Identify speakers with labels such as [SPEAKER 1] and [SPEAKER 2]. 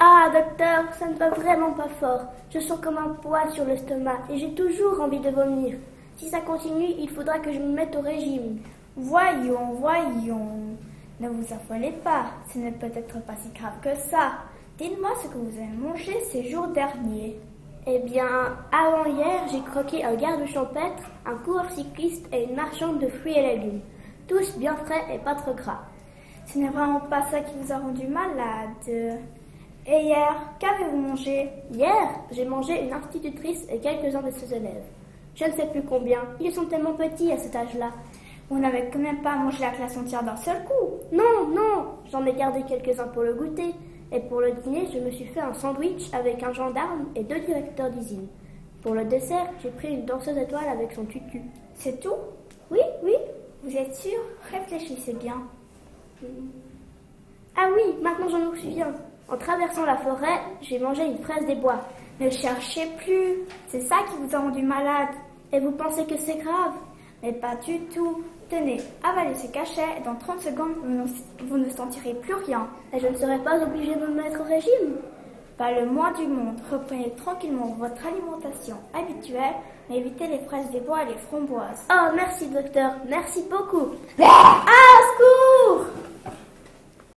[SPEAKER 1] Ah, docteur, ça ne va vraiment pas fort. Je sens comme un poids sur l'estomac et j'ai toujours envie de vomir. Si ça continue, il faudra que je me mette au régime.
[SPEAKER 2] Voyons, voyons. Ne vous affolez pas, ce n'est peut-être pas si grave que ça. Dites-moi ce que vous avez mangé ces jours derniers.
[SPEAKER 1] Eh bien, avant-hier, j'ai croqué un garde champêtre, un coureur cycliste et une marchande de fruits et légumes. Tous bien frais et pas trop gras.
[SPEAKER 2] Ce n'est vraiment pas ça qui vous a rendu malade. Et hier, qu'avez-vous mangé
[SPEAKER 1] Hier, j'ai mangé une institutrice et quelques-uns de ses élèves. Je ne sais plus combien, ils sont tellement petits à cet âge-là.
[SPEAKER 2] On n'avait quand même pas mangé la classe entière d'un seul coup.
[SPEAKER 1] Non, non, j'en ai gardé quelques-uns pour le goûter. Et pour le dîner, je me suis fait un sandwich avec un gendarme et deux directeurs d'usine. Pour le dessert, j'ai pris une danseuse étoile avec son tutu.
[SPEAKER 2] C'est tout
[SPEAKER 1] Oui, oui.
[SPEAKER 2] Vous êtes sûr Réfléchissez bien.
[SPEAKER 1] Ah oui, maintenant j'en me souviens. En traversant la forêt, j'ai mangé une fraise des bois.
[SPEAKER 2] Ne cherchez plus. C'est ça qui vous a rendu malade.
[SPEAKER 1] Et vous pensez que c'est grave
[SPEAKER 2] Mais pas du tout. Tenez, avalez ce cachet et dans 30 secondes, vous ne, sentirez plus rien.
[SPEAKER 1] Et je ne serai pas obligée de me mettre au régime
[SPEAKER 2] Pas le moins du monde. Reprenez tranquillement votre alimentation habituelle, mais évitez les fraises des bois et les framboises.
[SPEAKER 1] Oh, merci docteur, merci beaucoup.
[SPEAKER 2] Ah, secours